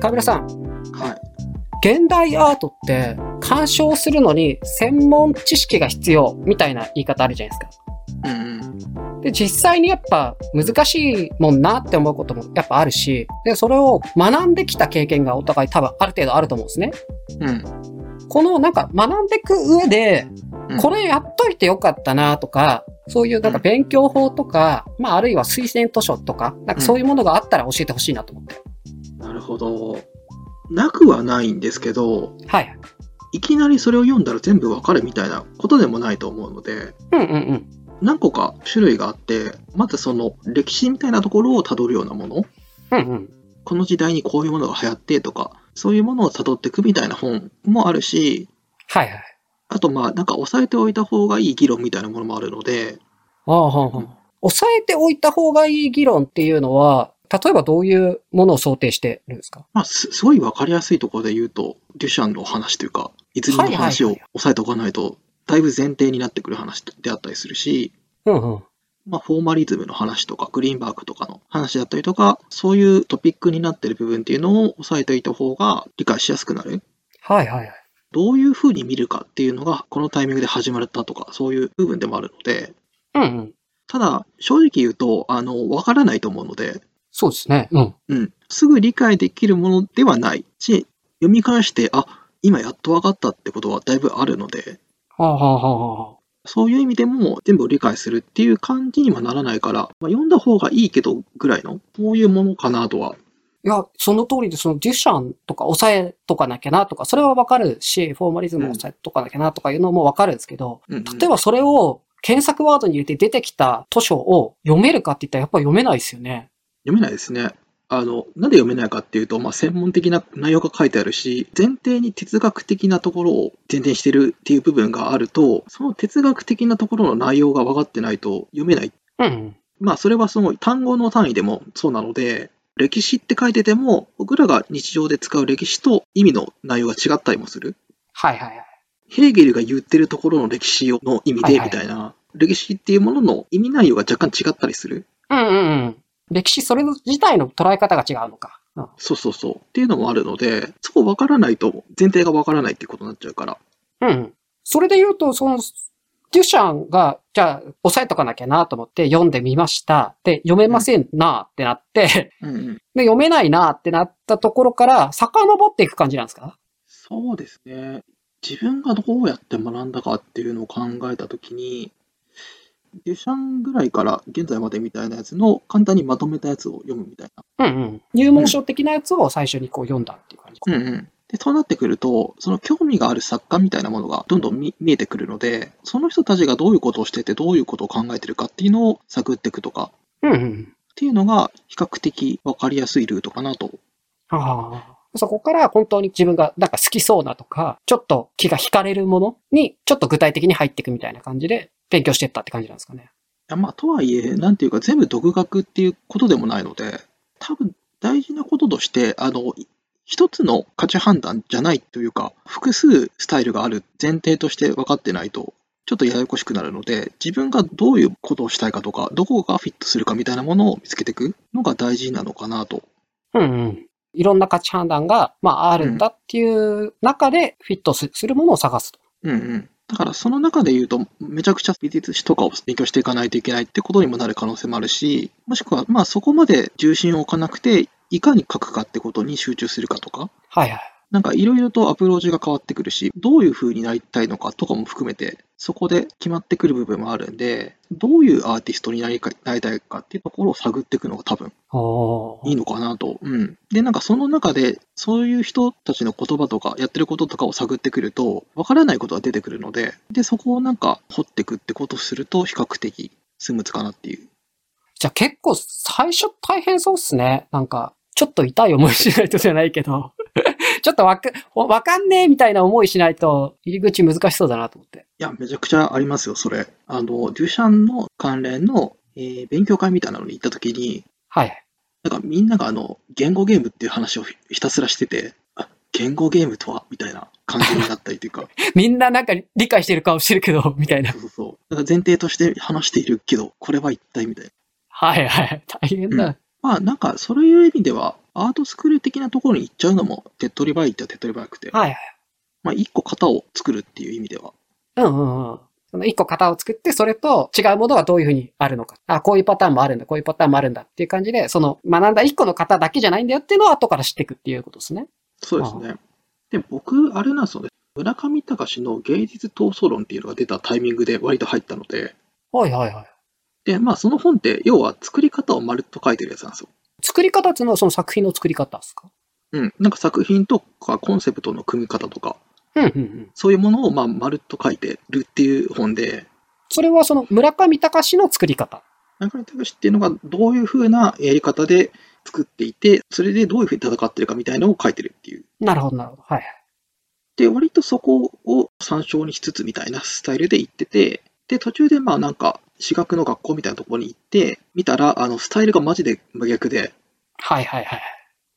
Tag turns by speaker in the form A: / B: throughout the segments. A: 川村さん、
B: はい。
A: 現代アートって鑑賞するのに専門知識が必要みたいな言い方あるじゃないです
B: うんうん。
A: か。で、実際にやっぱ難しいもんなって思うこともやっぱあるし、で、それを学んできた経験がお互い多分ある程度あると思うんですね。
B: うん。
A: このなんか学んでく上で
B: うん、
A: これやっといてよかったなとか、そういうなんか勉強法とか、まああるいは推薦図書とか、なんかそういうものがあったら教えてほしいなと思って。
B: なるほど。なくはないんですけど、
A: はいはい。
B: いきなりそれを読んだら全部わかるみたいなことでもないと思うので、
A: うんうんうん。
B: 何個か種類があって、まずその歴史みたいなところをたどるようなもの、
A: うんうん。
B: この時代にこういうものが流行ってとか、そういうものを辿っていくみたいな本もあるし、
A: はいはい。
B: あとまあなんか押さえておいた方がいい議論みたいなものもあるので、
A: ああ、はあ、はあ。抑えておいた方がいい議論っていうのは、例えばどういうものを想定してるんですか
B: まあすすごいわかりやすいところで言うと、デュシャンの話というか、いずれの話
A: は
B: を
A: いはい
B: 押さえておかないと、だいぶ前提になってくる話であったりするし、
A: うんうん。
B: まあ、フォーマリズムの話とか、グリーンバークとかの話だったりとか、そういうトピックになってる部分っていうのを押さえておいた方が理解しやすくなる。
A: はいはいはい。
B: どういう風に見るかっていうのが、このタイミングで始まったとか、そういう部分でもあるので、
A: うんうん。
B: ただ、正直言うと、あの、わからないと思うので、
A: そうですね。うん。
B: うん、すぐ理解できるものではないし、読み返して、あ、今やっとわかったってことはだいぶあるので、
A: はあ、はあはあはあ、
B: そういう意味でも全部を理解するっていう感じにはならないから、まあ、読んだ方がいいけどぐらいの、こういうものかなとはい
A: や、その通りで、そのデュシャンとか抑えとかなきゃなとか、それはわかるし、フォーマリズムを抑えとかなきゃなとかいうのもわかるんですけど、例えばそれを検索ワードに入れて出てきた図書を読めるかって言ったらやっぱ読めないですよね。
B: 読めないですね。あの、なんで読めないかっていうと、まあ、専門的な内容が書いてあるし、前提に哲学的なところを前提にしてるっていう部分があると、その哲学的なところの内容が分かってないと読めない。
A: うんうん。
B: まあ、それはその単語の単位でもそうなので、歴史って書いてても、僕らが日常で使う歴史と意味の内容が違ったりもする。
A: はいはいはい。
B: ヘーゲルが言ってるところの歴史の意味
A: はい
B: で、
A: はい
B: みたいな、歴史っていうものの意味内容が若干違ったりする。
A: うんうんうん。歴史それ自体の捉え方が違うのか。うん
B: そうそうそう。っていうのもあるので、そこ分からないと、前提が分からないってことになっちゃうから。
A: うん。それで言うと、その、デュシャンが、じゃあ、押さえとかなきゃなと思って読んでみました。で、読めませんなってなって、
B: うんうん。
A: で、読めないなってなったところから、遡っていく感じなんですか
B: そうですね。自分がどうやって学んだかっていうのを考えたときに、デュシャンぐらいから現在までみたいなやつの簡単にまとめたやつを読むみたいな。
A: うんうん。入門書的なやつを最初にこう読んだっていう感じ。
B: うんうん。で、そうなってくると、その興味がある作家みたいなものがどんどん見見えてくるので、その人たちがどういうことをしてて、どういうことを考えてるかっていうのを探っていくとか、っ
A: うんうん。
B: ていうのが比較的分かりやすいルートかなと
A: ああ。そこから本当に自分がなんか好きそうなとか、ちょっと気が惹かれるものに、ちょっと具体的に入っていくみたいな感じで勉強していったって感じなんですかね。
B: いやまあ、とはいえ、なんていうか、全部独学っていうことでもないので、多分大事なこととして、あの、い一つの価値判断じゃないというか、複数スタイルがある前提として分かってないと、ちょっとややこしくなるので、自分がどういうことをしたいかとか、どこがフィットするかみたいなものを見つけていくのが大事なのかなと。
A: うんうん。いろんな価値判断が、まあ、あるんだっていう中でフィットすするものを探すと。
B: うんうん。だからその中で言うと、めちゃくちゃ美術史とかを勉強していかないといけないってことにもなる可能性もあるし、もしくは、まあそこまで重心を置かなくて、いかに書くかってことに集中するかとか、
A: はいはい。
B: なんかいろいろとアプローチが変わってくるし、どういう風になりたいのかとかも含めて、そこで決まってくる部分もあるんで、どういうアーティストになりかなりたいかっていうところを探っていくのが多分
A: お
B: いいのかなと。うん。で、なんかその中で、そういう人たちの言葉とか、やってることとかを探ってくると、わからないことが出てくるので、で、そこをなんか掘ってくってことをすると、比較的スムーズかなっていう。
A: じゃあ結構最初大変そうっすね。なんか、ちょっと痛い思いしないとじゃないけど、 ちょっとわか、わかんねえみたいな思いしないと入り口難しそうだなと思って。
B: いや、めちゃくちゃありますよ、それ。あの、デュシャンの関連の、えー勉強会みたいなのに行った時に、
A: はいはい。
B: なんかみんながあの、言語ゲームっていう話をひひたすらしてて、あ、言語ゲームとはみたいな感じになったりというか、
A: みんななんか理解してる顔してるけど、みたいな。
B: そうそうそう。なんか前提として話しているけど、これは一体みたいな。
A: はいはい。大変だ。
B: うまあなんかそういう意味では、アートスクール的なところに行っちゃうのも手っ取り早いっちゃ手っ取り早くて、
A: はいはい。
B: まあ一個型を作るっていう意味では、
A: うんうんうん。その一個型を作って、それと違うものがどういうふうにあるのか。あ、こういうパターンもあるんだ、こういうパターンもあるんだっていう感じで、その学んだ一個の型だけじゃないんだよっていうのを後から知っていくっていうことですね。
B: そうですね。で、僕、あれなんですよね。村上隆の芸術闘争論っていうのが出たタイミングで割と入ったので、
A: はいはいはい。
B: で、まあその本って、要は作り方をまるっと書いてるやつなんですよ。
A: 作り方っていうのはその作品の作り方ですか
B: うん。なんか作品とかコンセプトの組み方とか、
A: うんうんうん。
B: そういうものをまあまるっと書いてるっていう本で、
A: それはその村上隆の作り方。
B: 村上隆っていうのがどういうふうなやり方で作っていて、それでどういうふうに戦ってるかみたいのを書いてるっていう。
A: なるほどなるほど。はいはい。
B: で、割とそこを参照にしつつみたいなスタイルで行ってて、で、途中でまあなんか、私学の学校みたいなところに行って、見たら、あの、スタイルがマジで真逆で、
A: はいはいはい。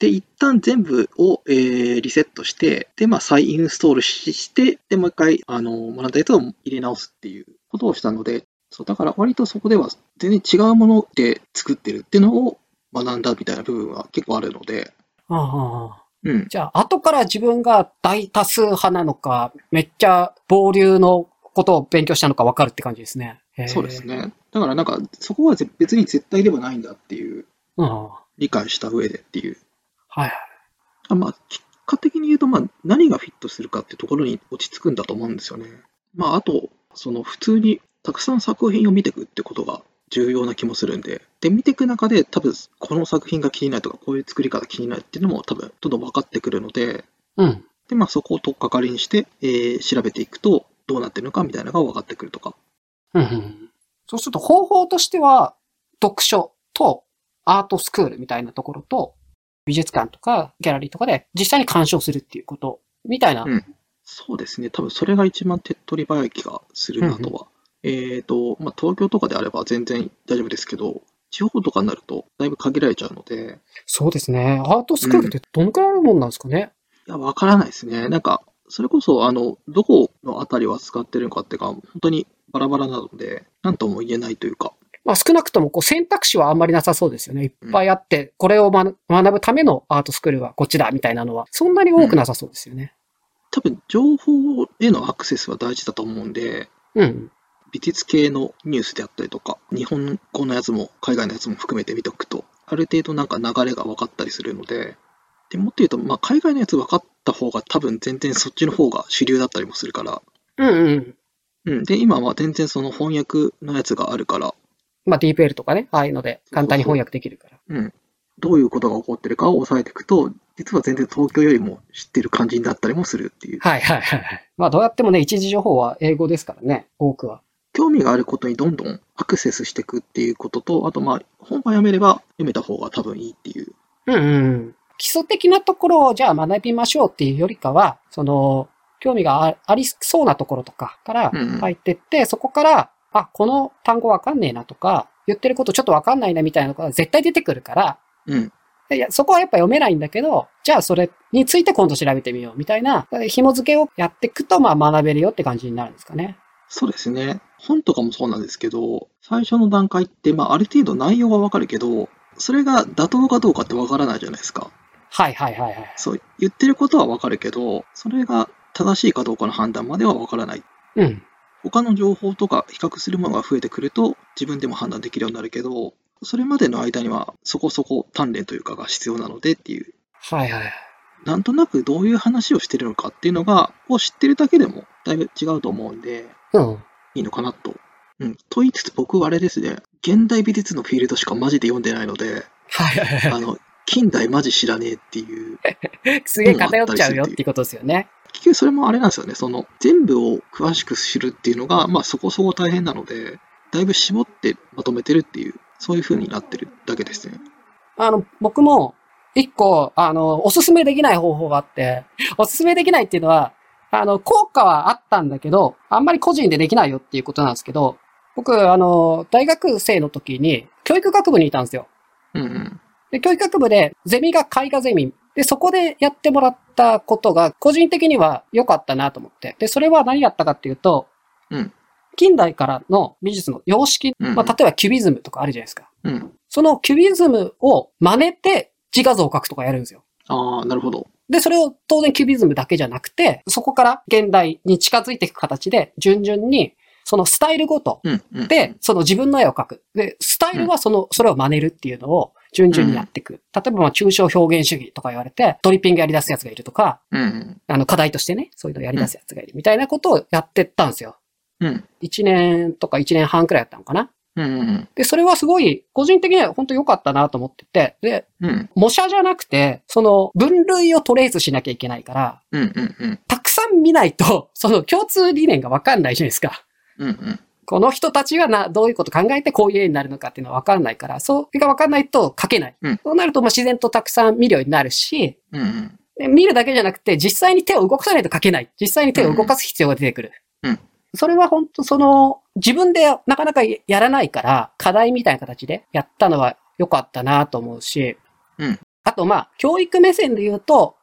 B: で、一旦全部を、えーリセットして、で、まあ再インストールしして、で、もう一回、あの、学んだやつを入れ直すっていうことをしたので、そう、だから割とそこでは全然違うもので作ってるっていうのを学んだみたいな部分は結構あるので、
A: うんうんうん
B: うん。
A: じゃあ、後から自分が大多数派なのか、めっちゃ暴流のことを勉強したのか分かるって感じですね。へー
B: そうです。ね。だからなんか、そこはぜ別に絶対ではないんだっていう、
A: うん。は
B: 理解した上でっていう。
A: いはい。
B: あまあ、結果的に言うと、まあ、何がフィットするかってところに落ち着くんだと思うんですよね。まあ、あと、その普通にたくさん作品を見ていくってことが重要な気もするんで、で、見ていく中で、多分、この作品が気になるとか、こういう作り方気になるっていうのも、多分、どんどん分かってくるので、
A: うん。
B: で、まあ、そこを取っかかりにして、えー調べていくと、どうなってるのかみたいなのが分かってくるとか。
A: うんうん。そうすると方法としては、読書とアートスクールみたいなところと、美術館とかギャラリーとかで実際に鑑賞するっていうこと、みたいな。
B: うんそうですね、多分それが一番手っ取り早い気がするなとは。えっと、まあ、東京とかであれば全然大丈夫ですけど、地方とかになるとだいぶ限られちゃうので、
A: そうですね。アートスクールってどのくらいあるもんなんですかね。
B: いや、わからないですね。なんか、それこそ、あの、どこのあたりを扱ってるのかっていうか、本当にバラバラなので、なんとも言えないというか、
A: まあ少なくともこう選択肢はあんまりなさそうですよね。いっぱいあって、これをま学ぶためのアートスクールはこっちだみたいなのは、そんなに多くなさそうですよね。
B: 多分情報へのアクセスは大事だと思うんで、
A: うん。
B: 美術系のニュースであったりとか、日本語のやつも海外のやつも含めて見ておくと、ある程度なんか流れが分かったりするので、でもっと言うと、まあ、海外のやつ分かった方が多分全然そっちの方が主流だったりもするから、
A: うんうん。
B: うん、で、今は全然その翻訳のやつがあるから、
A: まあ DPL とかね、ああいうので簡単に翻訳できるから。
B: うん、どういうことが起こってるかを抑えていくと、実は全然東京よりも知ってる感じになったりもするっていう。
A: はいはいはいはい。まあどうやってもね、一時情報は英語ですからね、多くは。
B: 興味があることにどんどんアクセスしていくっていうことと、あとまあ、本はやめれば読めた方が多分いいっていう。
A: うんうん。基礎的なところをじゃあ学びましょうっていうよりかは、その、興味があありそうなところとかから
B: うんうん
A: 入ってって、そこから、あ、この単語わかんねえなとか、言ってることちょっとわかんないなみたいなのが絶対出てくるから、
B: うん。
A: いや、そこはやっぱ読めないんだけど、じゃあそれについて今度調べてみようみたいな、紐付けをやっていくと、まあ学べるよって感じになるんですかね。
B: そうですね。本とかもそうなんですけど、最初の段階って、まあ、ある程度内容はわかるけど、それが妥当かどうかってわからないじゃないですか。
A: はいはいはいはい。
B: そう、言ってることはわかるけど、それが正しいかどうかの判断まではわからない。
A: うん。
B: 他の情報とか比較するものが増えてくると、自分でも判断できるようになるけど、それまでの間にはそこそこ鍛錬というかが必要なのでっていう、
A: はいはいはい。
B: なんとなくどういう話をしてるのかっていうのが、を知ってるだけでもだいぶ違うと思うんで、
A: うん。
B: いいのかなと。うん。と言いつつ僕はあれですね、現代美術のフィールドしかマジで読んでないので、
A: はいはいはい。
B: あの、近代マジ知らねえっていう。
A: すげえ偏っちゃうよっていうことですよね。
B: 結局それもあれなんですよね、その、全部を詳しく知るっていうのが、まあそこそこ大変なので、だいぶ絞ってまとめてるっていう、そういう風になってるだけですね。
A: あの、僕も、一個、あの、おすすめできない方法があって、 おすすめできないっていうのは、あの、効果はあったんだけど、あんまり個人でできないよっていうことなんですけど、僕、あの、大学生の時に、教育学部にいたんですよ。
B: うんうん。
A: で、教育学部で、ゼミが絵画ゼミで、そこでやってもらったことが、個人的には良かったなと思って。で、それは何やったかっていうと、
B: うん
A: 近代からの美術の様式、
B: うん
A: まあ、例えばキュビズムとかあるじゃないですか。
B: うん。
A: そのキュビズムを真似て自画像を描くとかやるんですよ。
B: ああ、なるほど。
A: で、それを当然キュビズムだけじゃなくて、そこから現代に近づいていく形で、順々に、そのスタイルごと
B: うん。うん、
A: で、その自分の絵を描く。で、スタイルはその、それを真似るっていうのを順々にやっていく。例えば、まあ、抽象表現主義とか言われて、トリッピングやり出すやつがいるとか、
B: うん。
A: あの、課題としてね、そういうのやり出すやつがいるみたいなことをやってったんですよ。
B: うん。
A: 1年とか1年半くらいやったのかな。
B: うん。うん。
A: で、それはすごい、個人的には本当良かったなと思ってて、で、
B: うん。
A: 模写じゃなくて、その分類をトレースしなきゃいけないから、
B: うん。うん。うん。
A: たくさん見ないと、 その共通理念がわかんないじゃないですか。
B: うん。うん。
A: この人たちがな、どういうこと考えてこういう絵になるのかっていうのはわかんないから、それがわかんないと描けない。
B: うん
A: そうなると、まあ自然とたくさん見るようになるし、
B: うん。
A: で見るだけじゃなくて、実際に手を動かさないと描けない。実際に手を動かす必要が出てくる。
B: うん
A: それは本当その、自分でなかなかやらないから、課題みたいな形でやったのは良かったなと思うし、
B: うん
A: あとまあ、教育目線で言うと、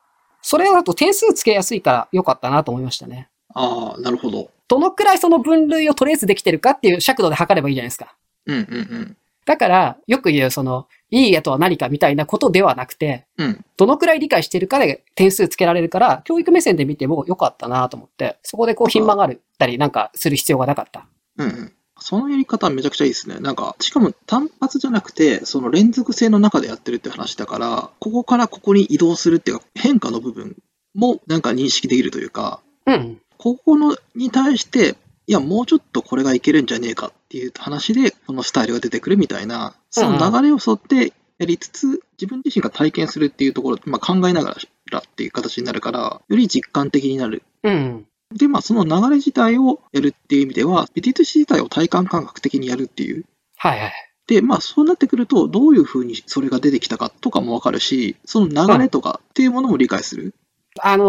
A: それだと点数つけやすいから良かったなと思いましたね。
B: ああ、なるほど。
A: どのくらいその分類をトレースできてるかっていう尺度で測ればいいじゃないですか。
B: うん。うん。
A: だから、よく言う、その、いい絵とは何かみたいなことではなくて、
B: うん。うん。
A: どのくらい理解してるかで点数つけられるから、教育目線で見ても良かったなと思って、そこでこう、ひん曲がったりなんかする必要がなかった。
B: うんうん。そのやり方めちゃくちゃいいですね。なんか、しかも単発じゃなくて、その連続性の中でやってるって話だから、ここからここに移動するっていうか、変化の部分もなんか認識できるというか、
A: うん。
B: ここのに対して、いや、もうちょっとこれがいけるんじゃねえかっていう話で、このスタイルが出てくるみたいな、その流れを沿ってやりつつ、自分自身が体験するっていうところ、まあ、考えながらっていう形になるから、より実感的になる
A: うん。
B: で、まあ、その流れ自体をやるっていう意味では、ペティト自体を体感感覚的にやるっていう。
A: はいはい。
B: で、まあ、そうなってくると、どういうふうにそれが出てきたかとかもわかるし、その流れとかっていうものも理解する。
A: あの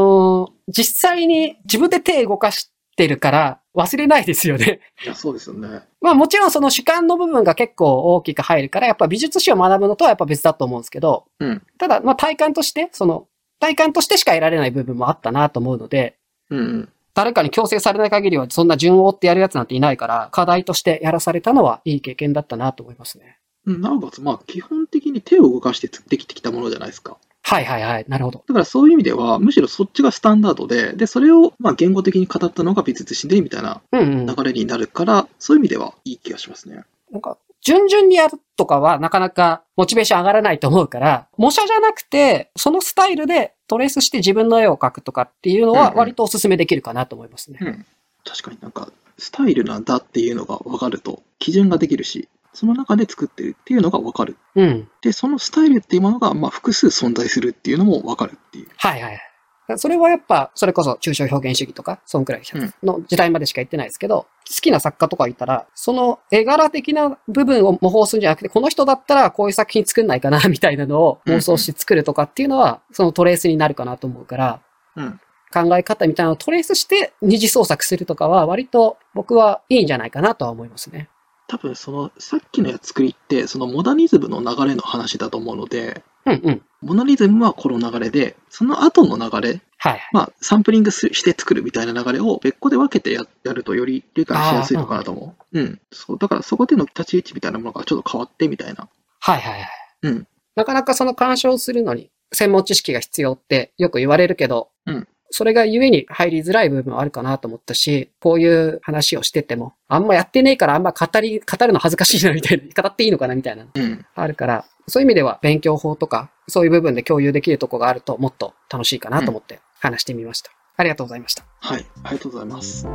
A: ー実際に自分で手動かしてるから忘れないですよね。
B: いや、そうですよね。
A: まあもちろんその主観の部分が結構大きく入るから、やっぱ美術史を学ぶのとはやっぱ別だと思うんですけど、
B: うん
A: ただまあ体感として、その体感としてしか得られない部分もあったなと思うので、
B: うんうん。
A: 誰かに強制されない限りはそんな順を追ってやるやつなんていないから、課題としてやらされたのはいい経験だったなと思いますね。
B: うんなおかつ、まあ、基本的に手を動かしてできてきたものじゃないですか。
A: はいはいはい。なるほど。
B: だからそういう意味では、むしろそっちがスタンダードで、で、それを、まあ、言語的に語ったのが美術史で、みたいな
A: うんうん。
B: 流れになるから、そういう意味ではいい気がしますね。
A: なんか、順々にやるとかはなかなかモチベーション上がらないと思うから、模写じゃなくて、そのスタイルでトレースして自分の絵を描くとかっていうの
B: うん
A: は
B: うん
A: 割とお勧めできるかなと思いますね。
B: 確かになんかスタイルなんだっていうのが分かると基準ができるしその中で作ってるっていうのが分かる
A: うん。
B: でそのスタイルっていうものがまあ複数存在するっていうのも分かるっていう
A: はいはいはい。それはやっぱ、それこそ抽象表現主義とか、そんくらいの時代までしか言ってないですけど、好きな作家とかいたら、その絵柄的な部分を模倣するんじゃなくて、この人だったらこういう作品作んないかな、 みたいなのを妄想して作るとかっていうのは、そのトレースになるかなと思うから、
B: うん
A: 考え方みたいなのをトレースして二次創作するとかは、割と僕はいいんじゃないかなとは思いますね。
B: 多分そのさっきのや作りってそのモダニズムの流れの話だと思うので
A: うんうん。
B: モダニズムはこの流れでその後の流れ
A: はいはい。
B: まあサンプリングすして作るみたいな流れを別個で分けてややるとより理解しやすいのかなと思ううんそうだからそこでの立ち位置みたいなものがちょっと変わってみたいな
A: はいはいはい。
B: うん
A: なかなかその鑑賞するのに専門知識が必要ってよく言われるけど、
B: うん
A: それが故に入りづらい部分はあるかなと思ったし、こういう話をしてても、あんまやってねえからあんま語り、語るの恥ずかしいなみたいな、語っていいのかなみたいな、
B: うん
A: あるから、そういう意味では勉強法とか、そういう部分で共有できるとこがあるともっと楽しいかなと思って話してみました。ありがとうございました。
B: はいありがとうございます